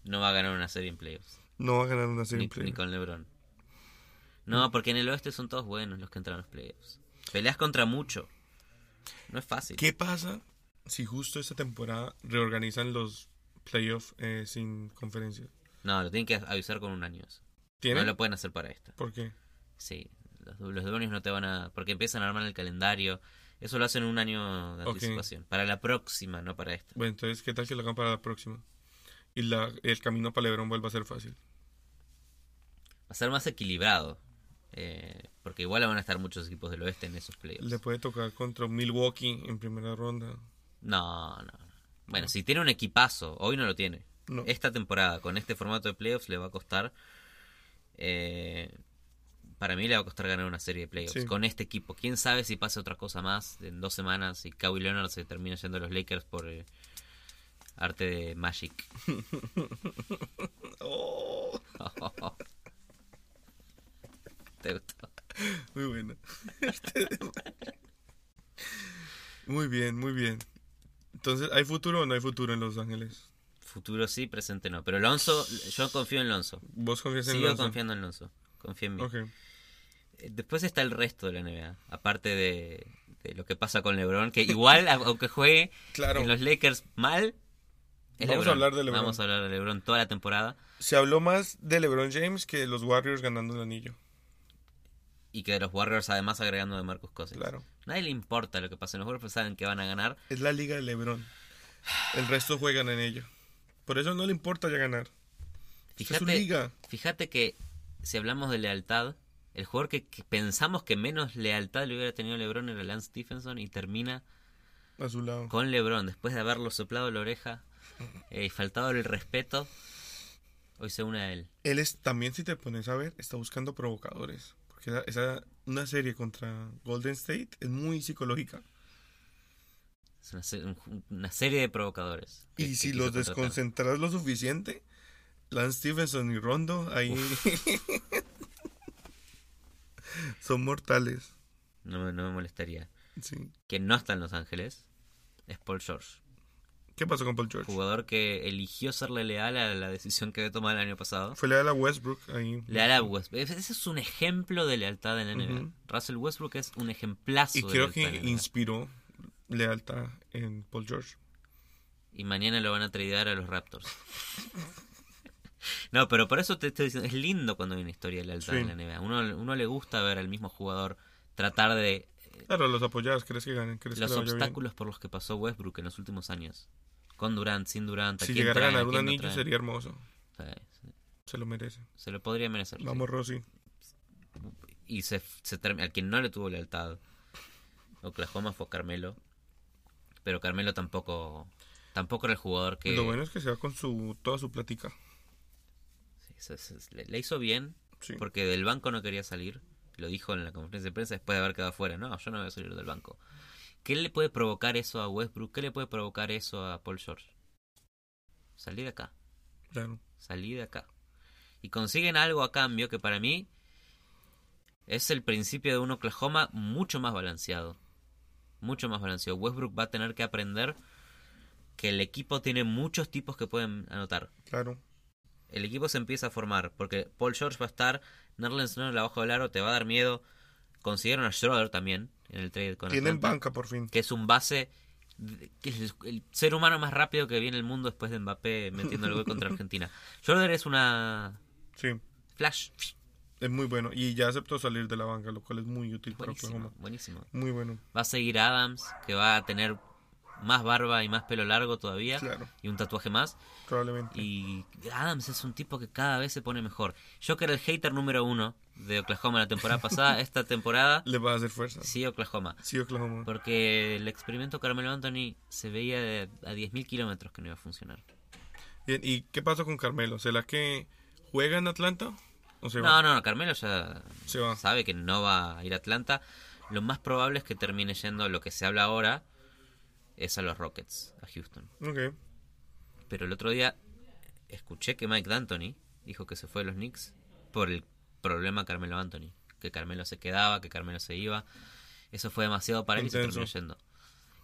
no va a ganar una serie en playoffs. No va a ganar una serie ni, en play. ni con LeBron. No, porque en el oeste son todos buenos los que entran a los playoffs. Peleas contra mucho. No es fácil. ¿Qué pasa si justo esta temporada reorganizan los playoffs eh, sin conferencia? No, lo tienen que avisar con un año. eso. ¿Tienen? No lo pueden hacer para esta. ¿Por qué? Sí, los, los dueños no te van a... Porque empiezan a armar el calendario. Eso lo hacen un año de Ok. anticipación. Para la próxima, no para esta. Bueno, entonces, ¿qué tal que lo hagan para la próxima? Y la, el camino para Lebron vuelva a ser fácil. Va a ser más equilibrado. eh, porque igual van a estar muchos equipos del oeste en esos playoffs. Le puede tocar contra Milwaukee en primera ronda. No, no. no. Bueno, si tiene un equipazo, hoy no lo tiene. No. Esta temporada, con este formato de playoffs, le va a costar. eh, para mí le va a costar ganar una serie de playoffs Sí. con este equipo. Quién sabe si pasa otra cosa más en dos semanas y Kawhi Leonard se termina yendo a los Lakers por eh, arte de Magic. [laughs] [laughs] ¿Te gustó? Muy [laughs] buena. muy bien, muy bien. Entonces, ¿hay futuro o no hay futuro en Los Ángeles? Futuro sí, presente no. Pero Lonzo, yo confío en Lonzo. ¿Vos confías en Sigo Lonzo? confiando en Lonzo. Confía en mí. Ok. Eh, Después está el resto de la NBA, aparte de, de lo que pasa con LeBron, [laughs] que igual, a- aunque juegue Claro. en los Lakers mal, es Vamos a hablar de LeBron. Vamos a hablar de LeBron toda la temporada Se habló más de LeBron James que de los Warriors ganando el anillo. y que de los Warriors además agregando de Marcus Cousins. Claro. Nadie le importa lo que pasa en los Warriors, pues saben que van a ganar. Es la liga de LeBron. El resto juegan en ello. Por eso no le importa ya ganar. Esta es su Fíjate, liga. fíjate que si hablamos de lealtad, el jugador que, que pensamos que menos lealtad le hubiera tenido LeBron era Lance Stephenson y termina A su lado. con LeBron, después de haberlo soplado la oreja eh, y faltado el respeto, hoy se une a él. Él es, también si te pones a ver, está buscando provocadores. Porque esa, esa- una serie contra Golden State es muy psicológica. Es una, se- un- una serie de provocadores. que- Y que si quiso los contratar. desconcentras lo suficiente, Lance Stevenson y Rondo ahí [laughs] son mortales. No, me- no me molestaría. Sí. Quien no está en Los Ángeles es Paul George. ¿Qué pasó con Paul George? Jugador que eligió serle leal a la decisión que había tomado el año pasado. Fue leal a Westbrook ahí. Leal a Westbrook. Ese ese es un ejemplo de lealtad en la NBA. Ujú. Russell Westbrook es un ejemplazo Y de creo lealtad que en la NBA. inspiró lealtad en Paul George. Y mañana lo van a tradear a los Raptors. No, pero por eso te estoy diciendo, es lindo cuando hay una historia de lealtad Sí. en la NBA. Uno, uno le gusta ver al mismo jugador tratar de eh, Claro, los apoyados, crees que ganen, crees que le los vaya bien? obstáculos por los que pasó Westbrook en los últimos años. Con Durant, sin Durant. ¿a Si quién llegara a traen, ganar a un quién no anillo traen? sería hermoso. Sí, sí, Se lo merece. Se lo podría merecer. sí. Vamos, Rosy. Y se, se term- al quien no le tuvo lealtad Oklahoma fue Carmelo. Pero Carmelo tampoco tampoco era el jugador que... Lo bueno es que se va con su toda su plática. Sí, se- se- le- le hizo bien, Sí. [laughs] Porque del banco no quería salir. Lo dijo en la conferencia de prensa después de haber quedado fuera. No, yo no voy a salir del banco. ¿Qué le puede provocar eso a Westbrook? ¿Qué le puede provocar eso a Paul George? Salir de acá. Claro. Salir de acá. Y consiguen algo a cambio que para mí Es el principio de un Oklahoma mucho más balanceado. Mucho más balanceado. Westbrook va a tener que aprender que el equipo tiene muchos tipos que pueden anotar. Claro. El equipo se empieza a formar, porque Paul George va a estar, Nerlens Noel abajo del aro, te va a dar miedo. Consiguieron a Schroeder también en el trade con Tienen Atlanta, banca por fin. que es un base, que es el, el ser humano más rápido que viene el mundo después de Mbappé metiendo el [laughs] gol contra Argentina. Schroeder es una Sí, flash. es muy bueno. Y ya aceptó salir de la banca, lo cual es muy útil para Buenísimo, Oklahoma. buenísimo. Muy bueno. Va a seguir Adams, que va a tener más barba y más pelo largo todavía. Claro. Y un tatuaje más. Probablemente. Y Adams es un tipo que cada vez se pone mejor. Yo que era el hater número uno de Oklahoma la temporada [laughs] pasada, esta temporada Le va a hacer fuerza. sí Oklahoma. Sí, Oklahoma. Porque el experimento Carmelo Anthony se veía de- a 10.000 kilómetros que no iba a funcionar. Bien, ¿y qué pasa con Carmelo? ¿Será que juega en Atlanta? ¿O se No, va? no, no, Carmelo ya Se va. sabe que no va a ir a Atlanta. Lo más probable es que termine yendo, lo que se habla ahora, es a los Rockets, a Houston. Ok. Pero el otro día escuché que Mike D'Antoni dijo que se fue a los Knicks por el problema Carmelo Anthony. Que Carmelo se quedaba, que Carmelo se iba. Eso fue demasiado para él y se Intenso. terminó yendo.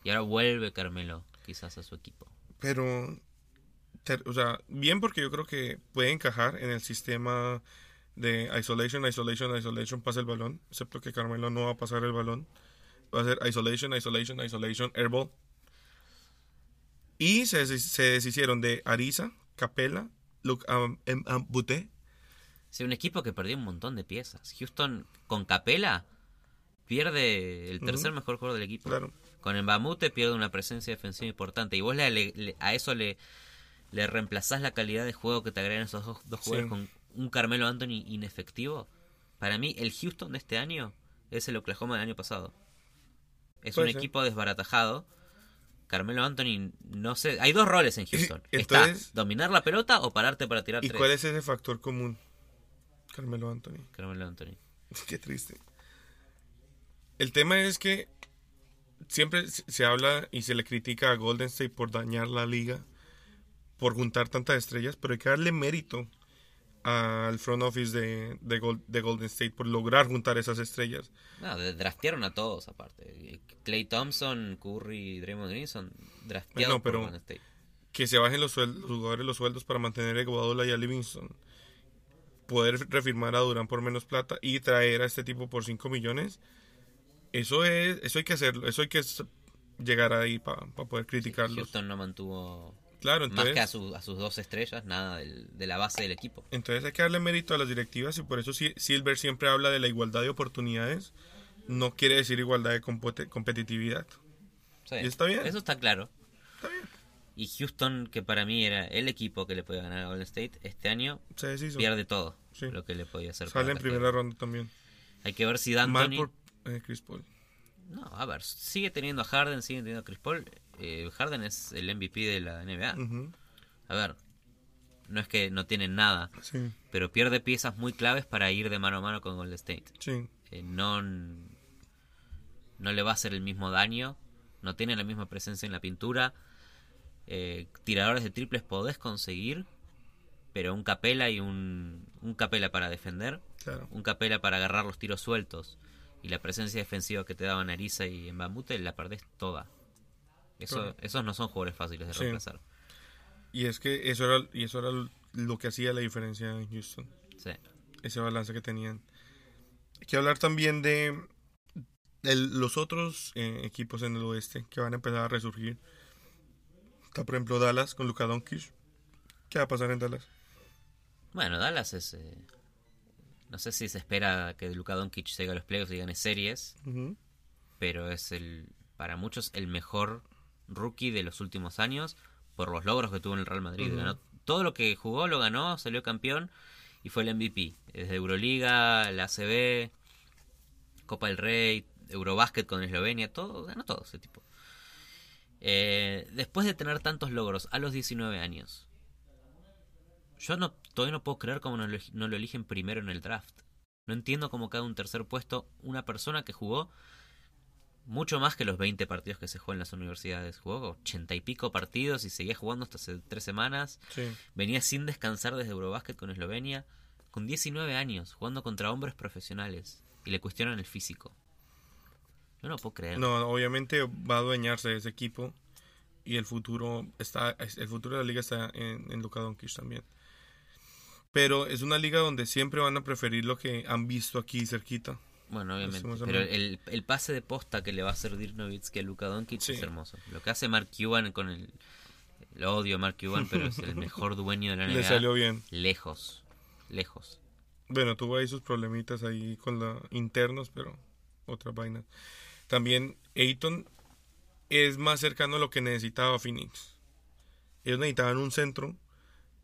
Y ahora vuelve Carmelo, quizás a su equipo. Pero, ter- o sea, bien porque yo creo que puede encajar en el sistema de isolation, isolation, isolation, pasa el balón, excepto que Carmelo no va a pasar el balón. Va a ser isolation, isolation, isolation, airball. Y se, des- se deshicieron de Ariza, Capela, Luke Am- Em- Am- Buté. Sí, un equipo que perdió un montón de piezas. Houston con Capela pierde el tercer mejor jugador del equipo. Claro. Con Embamute pierde una presencia defensiva importante. Y vos le- le- le- a eso le, le reemplazás la calidad de juego que te agregan esos dos, dos Sí. jugadores con un Carmelo Anthony inefectivo. Para mí, el Houston de este año es el Oklahoma del año pasado. Es Puede un ser. equipo desbaratajado. Carmelo Anthony, no sé. Hay dos roles en [clears throat] Houston: Entonces- Está dominar la pelota o pararte para tirar ¿Y tres. cuál es ese factor común? Carmelo Anthony. Carmelo Anthony. [laughs] Qué triste. El tema es que siempre se se habla y se le critica a Golden State por dañar la liga, por juntar tantas estrellas, pero hay que darle mérito al front office de, de Gol- de Golden State por lograr juntar esas estrellas. No, de- draftearon a todos aparte. Clay Thompson, Curry, Draymond Green son drafteados Pues No, pero- por Golden State. Que se bajen los, suel- los jugadores los sueldos para mantener a Iguodala y a Livingston. Poder refirmar a Durán por menos plata y traer a este tipo por 5 millones. Eso es, eso hay que hacerlo, eso hay que s- llegar ahí para poder criticarlos. Houston no mantuvo Claro, más que a, entonces, su- a sus dos estrellas, nada del- de la base del equipo. entonces hay que darle mérito a las directivas y por eso Si- Silver siempre habla de la igualdad de oportunidades. No quiere decir igualdad de compote- competitividad. Sí, Y está bien. Eso está claro. Está bien, Y Houston, que para mí era el equipo que le podía ganar a Golden State, este año se deshizo. pierde todo Sí. lo que le podía hacer. Sale para en castigar. primera ronda también. Hay que ver si Mal D'Antoni... por eh, Chris Paul. No, a ver, sigue teniendo a Harden, sigue teniendo a Chris Paul. Eh, Harden es el MVP de la NBA. Ujú, A ver, no es que no tienen nada. Sí, pero pierde piezas muy claves para ir de mano a mano con Golden State. sí. Eh, no, no le va a hacer el mismo daño, no tiene la misma presencia en la pintura. Eh, tiradores de triples podés conseguir, pero un capela y un, un capela para defender, Claro. un capela para agarrar los tiros sueltos y la presencia defensiva que te daban Ariza y Bambute la perdés toda. Eso, Correcto. esos no son jugadores fáciles de Sí. reemplazar. Y es que eso era, y eso era lo que hacía la diferencia en Houston. Sí. Ese balance que tenían. Hay que hablar también de el- los otros eh, equipos en el oeste que van a empezar a resurgir. Está, por ejemplo, Dallas con Luka Doncic. ¿Qué va a pasar en Dallas? Bueno, Dallas es. eh, no sé si se espera que Luka Doncic llegue a los playoffs y gane series, Ujú. pero es el para muchos el mejor rookie de los últimos años por los logros que tuvo en el Real Madrid. Ganó todo lo que jugó lo ganó, salió campeón y fue el MVP. Desde Euroliga, la ACB, Copa del Rey, Eurobásquet con Eslovenia, todo, ganó todo ese tipo. Eh, después de tener tantos logros a los 19 años, yo no, todavía no puedo creer cómo no lo, no lo eligen primero en el draft. No entiendo cómo cae un tercer puesto una persona que jugó mucho más que los 20 partidos que se juegan en las universidades. Jugó 80 y pico partidos y seguía jugando hasta hace tres semanas. Sí. Venía sin descansar desde Eurobásquet con Eslovenia. Con 19 años, jugando contra hombres profesionales. y le cuestionan el físico. Yo no puedo creer. No, obviamente va a adueñarse de ese equipo y el futuro está el futuro de la liga está en, en Luka Doncic también. Pero es una liga donde siempre van a preferir lo que han visto aquí cerquita. Bueno, obviamente. Pero el, el pase de posta que le va a hacer Dirk Nowitzki a Luka Doncic Sí. es hermoso. Lo que hace Mark Cuban con el... Lo odio a Mark Cuban, [laughs] pero es el mejor dueño de la NBA. Le salió bien. Lejos. Lejos. Bueno, tuvo ahí sus problemitas ahí con la internos, pero otra vaina. También Ayton es más cercano a lo que necesitaba Phoenix. Ellos necesitaban un centro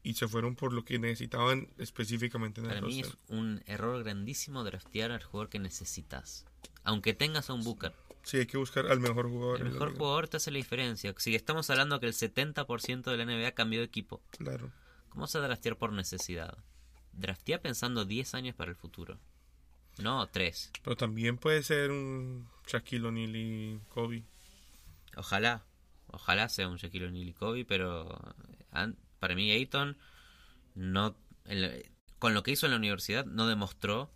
y se fueron por lo que necesitaban específicamente en el Para mí es roster. un error grandísimo draftear al jugador que necesitas. Aunque tengas a un Booker. Sí, hay que buscar al mejor jugador. El en la mejor liga. jugador te hace la diferencia. Si estamos hablando que el 70% de la NBA cambió de equipo, Claro. ¿cómo se draftear por necesidad? Draftea pensando 10 años para el futuro. No, 3. Pero también puede ser un Shaquille O'Neal y Kobe. Ojalá. Ojalá sea un Shaquille O'Neal y Kobe, pero an- para mí Ayton no el- con lo que hizo en la universidad no demostró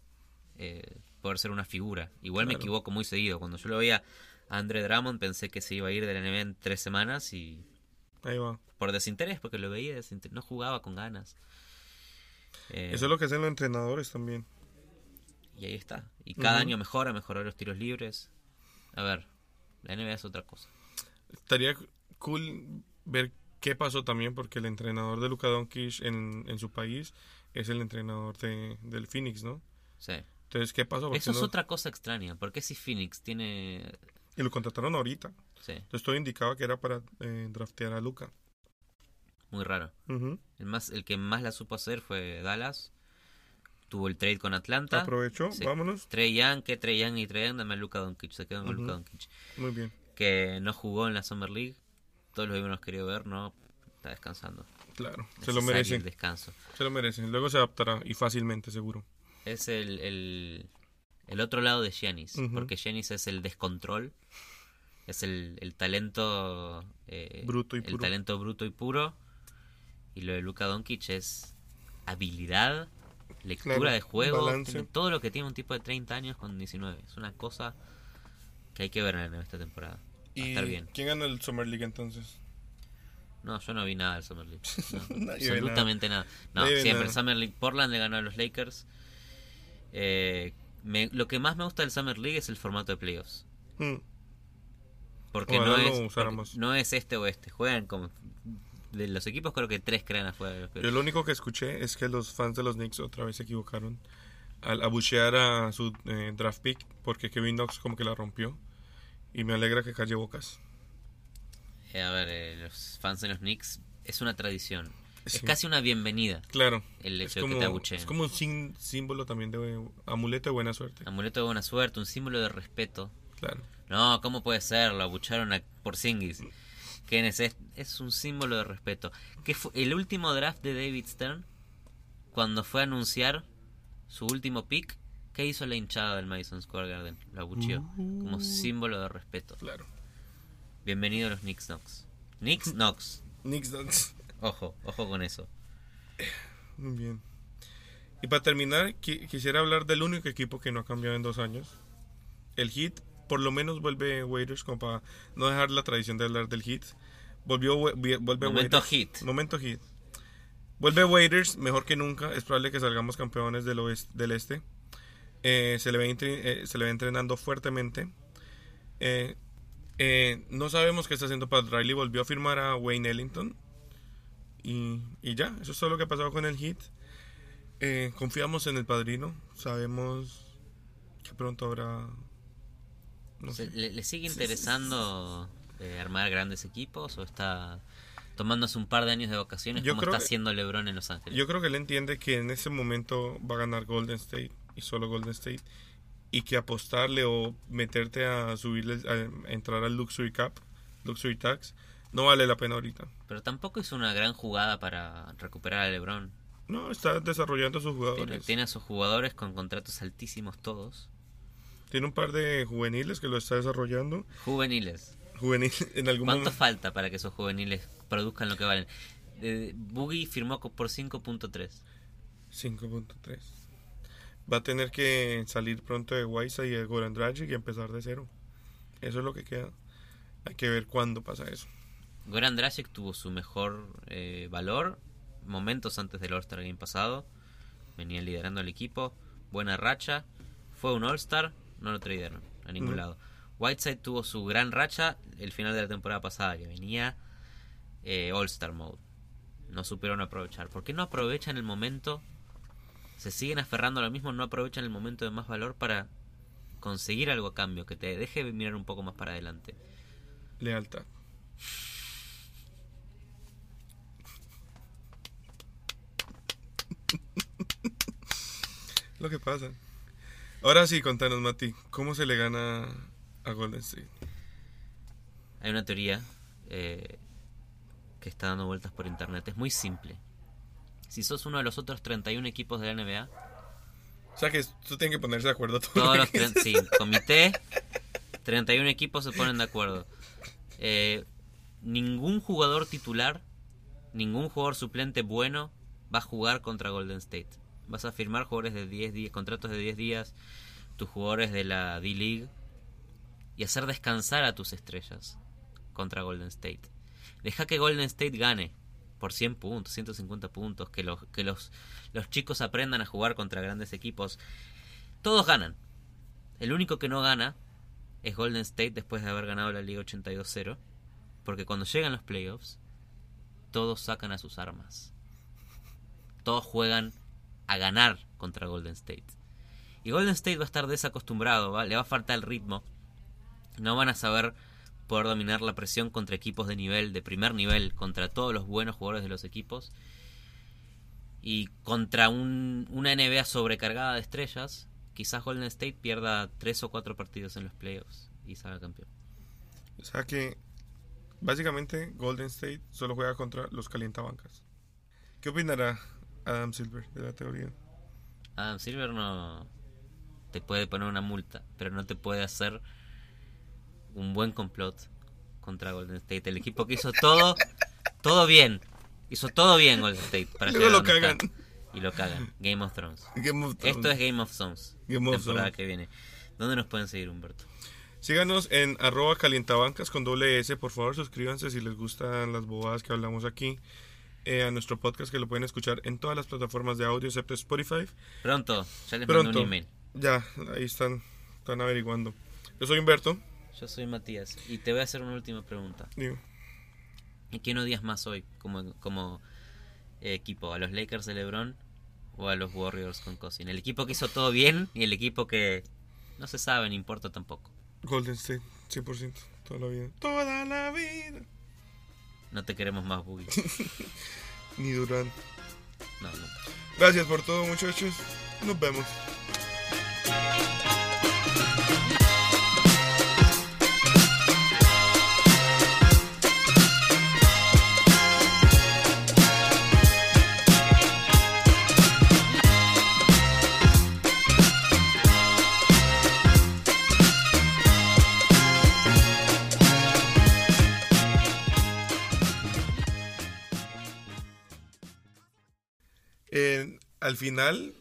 eh, poder ser una figura. Igual me Claro. equivoco muy seguido. Cuando yo lo veía a Andre Drummond pensé que se iba a ir de la NBA en tres semanas y Ahí va. por desinterés, porque lo veía desinter- no jugaba con ganas. Eh, Eso es lo que hacen los entrenadores también. Y ahí está. Y cada Ujú. año mejora, mejoró los tiros libres. A ver, la NBA es otra cosa. Estaría cool ver qué pasó también, porque el entrenador de Luka Doncic en, en su país es el entrenador de, del Phoenix, ¿no? Sí. Entonces, ¿qué pasó? Porque Eso es no- otra cosa extraña. porque si Phoenix tiene... Y lo contrataron ahorita. Sí, Entonces, todo indicaba que era para eh, draftear a Luka. muy raro. Ujú. El, más, el que más la supo hacer fue Dallas. Tuvo el trade con Ah, Atlanta. Aprovechó, Ah, Sí. vámonos. Trey Young, que Trey Young y Trey Young, dame a Luka Doncic. Se quedó con Ujú. Luka Doncic. Muy bien. Que no jugó en la Summer League. Todos los hubiéramos querido ver, ¿no? Está descansando. Claro, se lo Necesario el merecen. descanso. Se lo merecen. Luego se adaptará y fácilmente, seguro. Es el, el, el otro lado de Giannis, Ujú. porque Giannis es el descontrol, es el, el talento eh, Bruto y el puro. talento bruto y puro, y lo de Luka Doncic es habilidad, lectura Claro, de juego, balance. tiene todo lo que tiene un tipo de 30 años con 19, es una cosa que hay que ver en esta temporada. Va a estar bien. quién ganó el Summer League entonces? No, yo no vi nada del [laughs] Summer League. No, Nadie ve absolutamente nada. No, Nadie ve siempre nada. Summer League. Portland le ganó a los Lakers. Eh, me- lo que más me gusta del Summer League es el formato de playoffs. Mm, Porque Ojalá no lo es, usáramos. porque no es este o este. Juegan como. De los equipos, creo que tres crean afuera de los Yo playoffs. lo único que escuché es que los fans de los Knicks otra vez se equivocaron al abuchear a su eh, draft pick porque Kevin Knox como que la rompió. Y me alegra que calle bocas. Eh, a ver, eh, los fans de los Knicks es una tradición. Es Sí. casi una bienvenida Claro. el Es hecho de como, que te abucheen. es como un sin- símbolo también de amuleto de buena suerte. Amuleto de buena suerte, un símbolo de respeto. Claro. No, ¿cómo puede ser? Lo abucharon a Porzingis. ¿Quién es? Es, es un símbolo de respeto. Que fue el último draft de David Stern, cuando fue a anunciar su último pick, ¿qué hizo la hinchada del Madison Square Garden? Lo abucheó como símbolo de respeto. Claro. Bienvenido a los Knicks Knox. Knicks Knox. Knicks Knox. Ojo, ojo con eso. [laughs] Muy bien. Y para terminar, qui- quisiera hablar del único equipo que no ha cambiado en dos años. El Heat, por lo menos vuelve Waiters, como para no dejar la tradición de hablar del Heat. Volvió, Wa- vi- vuelve Momento Waiters. Heat. Momento Heat. Vuelve Waiters, mejor que nunca. Es probable que salgamos campeones del, oeste, del este. Eh, se, le ve entre- eh, se le ve entrenando fuertemente. Eh, eh, no sabemos qué está haciendo Pat Riley. Volvió a firmar a Wayne Ellington. Y, y ya, eso es todo lo que ha pasado con el hit. Eh, confiamos en el padrino. Sabemos que pronto habrá. No Se- sé. ¿Le, le sigue interesando eh, armar grandes equipos o está tomándose un par de años de vacaciones Yo como creo está que- haciendo LeBron en Los Ángeles? Yo creo que él entiende que en ese momento va a ganar Golden State y solo Golden State. Y que apostarle o meterte a subirle, a entrar al Luxury Cap, Luxury Tax, no vale la pena ahorita. Pero tampoco hizo una gran jugada para recuperar a LeBron. No, está desarrollando a sus Tiene, jugadores. tiene a sus jugadores con contratos altísimos todos. Tiene un par de juveniles que lo está desarrollando. Juveniles. Juvenil [laughs] en algún ¿Cuánto momento. falta para que esos juveniles produzcan lo que valen? Eh, Boogie firmó co- por 5.3. 5.3. Va a tener que salir pronto de Guaysa y de Goran Dragic y empezar de cero. Eso es lo que queda. Hay que ver cuándo pasa eso. Goran Dragic tuvo su mejor eh, valor momentos antes del All-Star Game pasado. Venía liderando el equipo. Buena racha. Fue un All-Star. No lo tradearon a ningún No. lado. Whiteside tuvo su gran racha el final de la temporada pasada, que venía eh, All-Star Mode. No supieron aprovechar. ¿Por qué no aprovechan el momento? Se siguen aferrando a lo mismo, no aprovechan el momento de más valor para conseguir algo a cambio, que te deje mirar un poco más para adelante. Lealtad. Lo que pasa. Ahora sí, contanos, Mati, ¿cómo se le gana a Golden State? Hay una teoría eh, que está dando vueltas por internet. Es muy simple. Si sos uno de los otros 31 equipos de la NBA, O sea que tú tienes que ponerse de acuerdo todos. [laughs] [laughs] todos los tre- sí, comité, 31 equipos se ponen de acuerdo. Eh, ningún jugador titular, ningún jugador suplente bueno va a jugar contra Golden State. Vas a firmar jugadores de 10 días, contratos de 10 días, tus jugadores de la D-League y hacer descansar a tus estrellas contra Golden State. Deja que Golden State gane por 100 puntos, 150 puntos, que los que los los chicos aprendan a jugar contra grandes equipos. Todos ganan. El único que no gana es Golden State después de haber ganado la Liga 82-0. Porque cuando llegan los playoffs, todos sacan a sus armas. Todos juegan a ganar contra Golden State. Y Golden State va a estar desacostumbrado, ¿va? le va a faltar el ritmo. No van a saber poder dominar la presión contra equipos de nivel, de primer nivel, contra todos los buenos jugadores de los equipos. Y contra un- una NBA sobrecargada de estrellas, quizás Golden State pierda tres o cuatro partidos en los playoffs y salga campeón. O sea que básicamente Golden State solo juega contra los calientabancas. ¿Qué opinará Adam Silver de la teoría? Adam Silver no te puede poner una multa, pero no te puede hacer un buen complot contra Golden State. El equipo que hizo todo, todo bien. Hizo todo bien Golden State. Para Luego llegar lo donde está. cagan. Y lo cagan. Game of Thrones. Game of Thrones. Esto es Game of Thrones. Game of temporada Thrones. que viene. ¿Dónde nos pueden seguir, Humberto? Síganos en arroba calientabancas con doble S, por favor, suscríbanse si les gustan las bobadas que hablamos aquí. eh, a nuestro podcast que lo pueden escuchar en todas las plataformas de audio excepto Spotify. Pronto, ya les mando Pronto. un email. Ya, ahí están, están averiguando. Yo soy Humberto. Yo soy Matías y te voy a hacer una última pregunta. Digo, ¿Y quién odias más hoy como, como eh, equipo? ¿A los Lakers de LeBron o a los Warriors con Cousin? El equipo que hizo todo bien y el equipo que no se sabe, no importa tampoco. Golden State, 100%, toda la vida. Toda la vida. No te queremos más, Boogie. Ni Durán. No, nunca. Gracias por todo, muchachos. Nos vemos. Eh, al final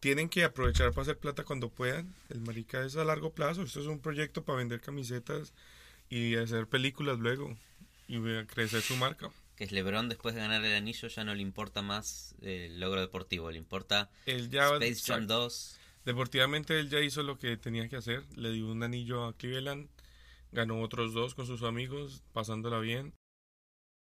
tienen que aprovechar para hacer plata cuando puedan. El marica es a largo plazo. Esto es un proyecto para vender camisetas y hacer películas luego y ve- crecer su marca. Que es LeBron después de ganar el anillo ya no le importa más eh, el logro deportivo, le importa Él ya Space Jam 2. deportivamente él ya hizo lo que tenía que hacer. Le dio un anillo a Cleveland, ganó otros dos con sus amigos, pasándola bien.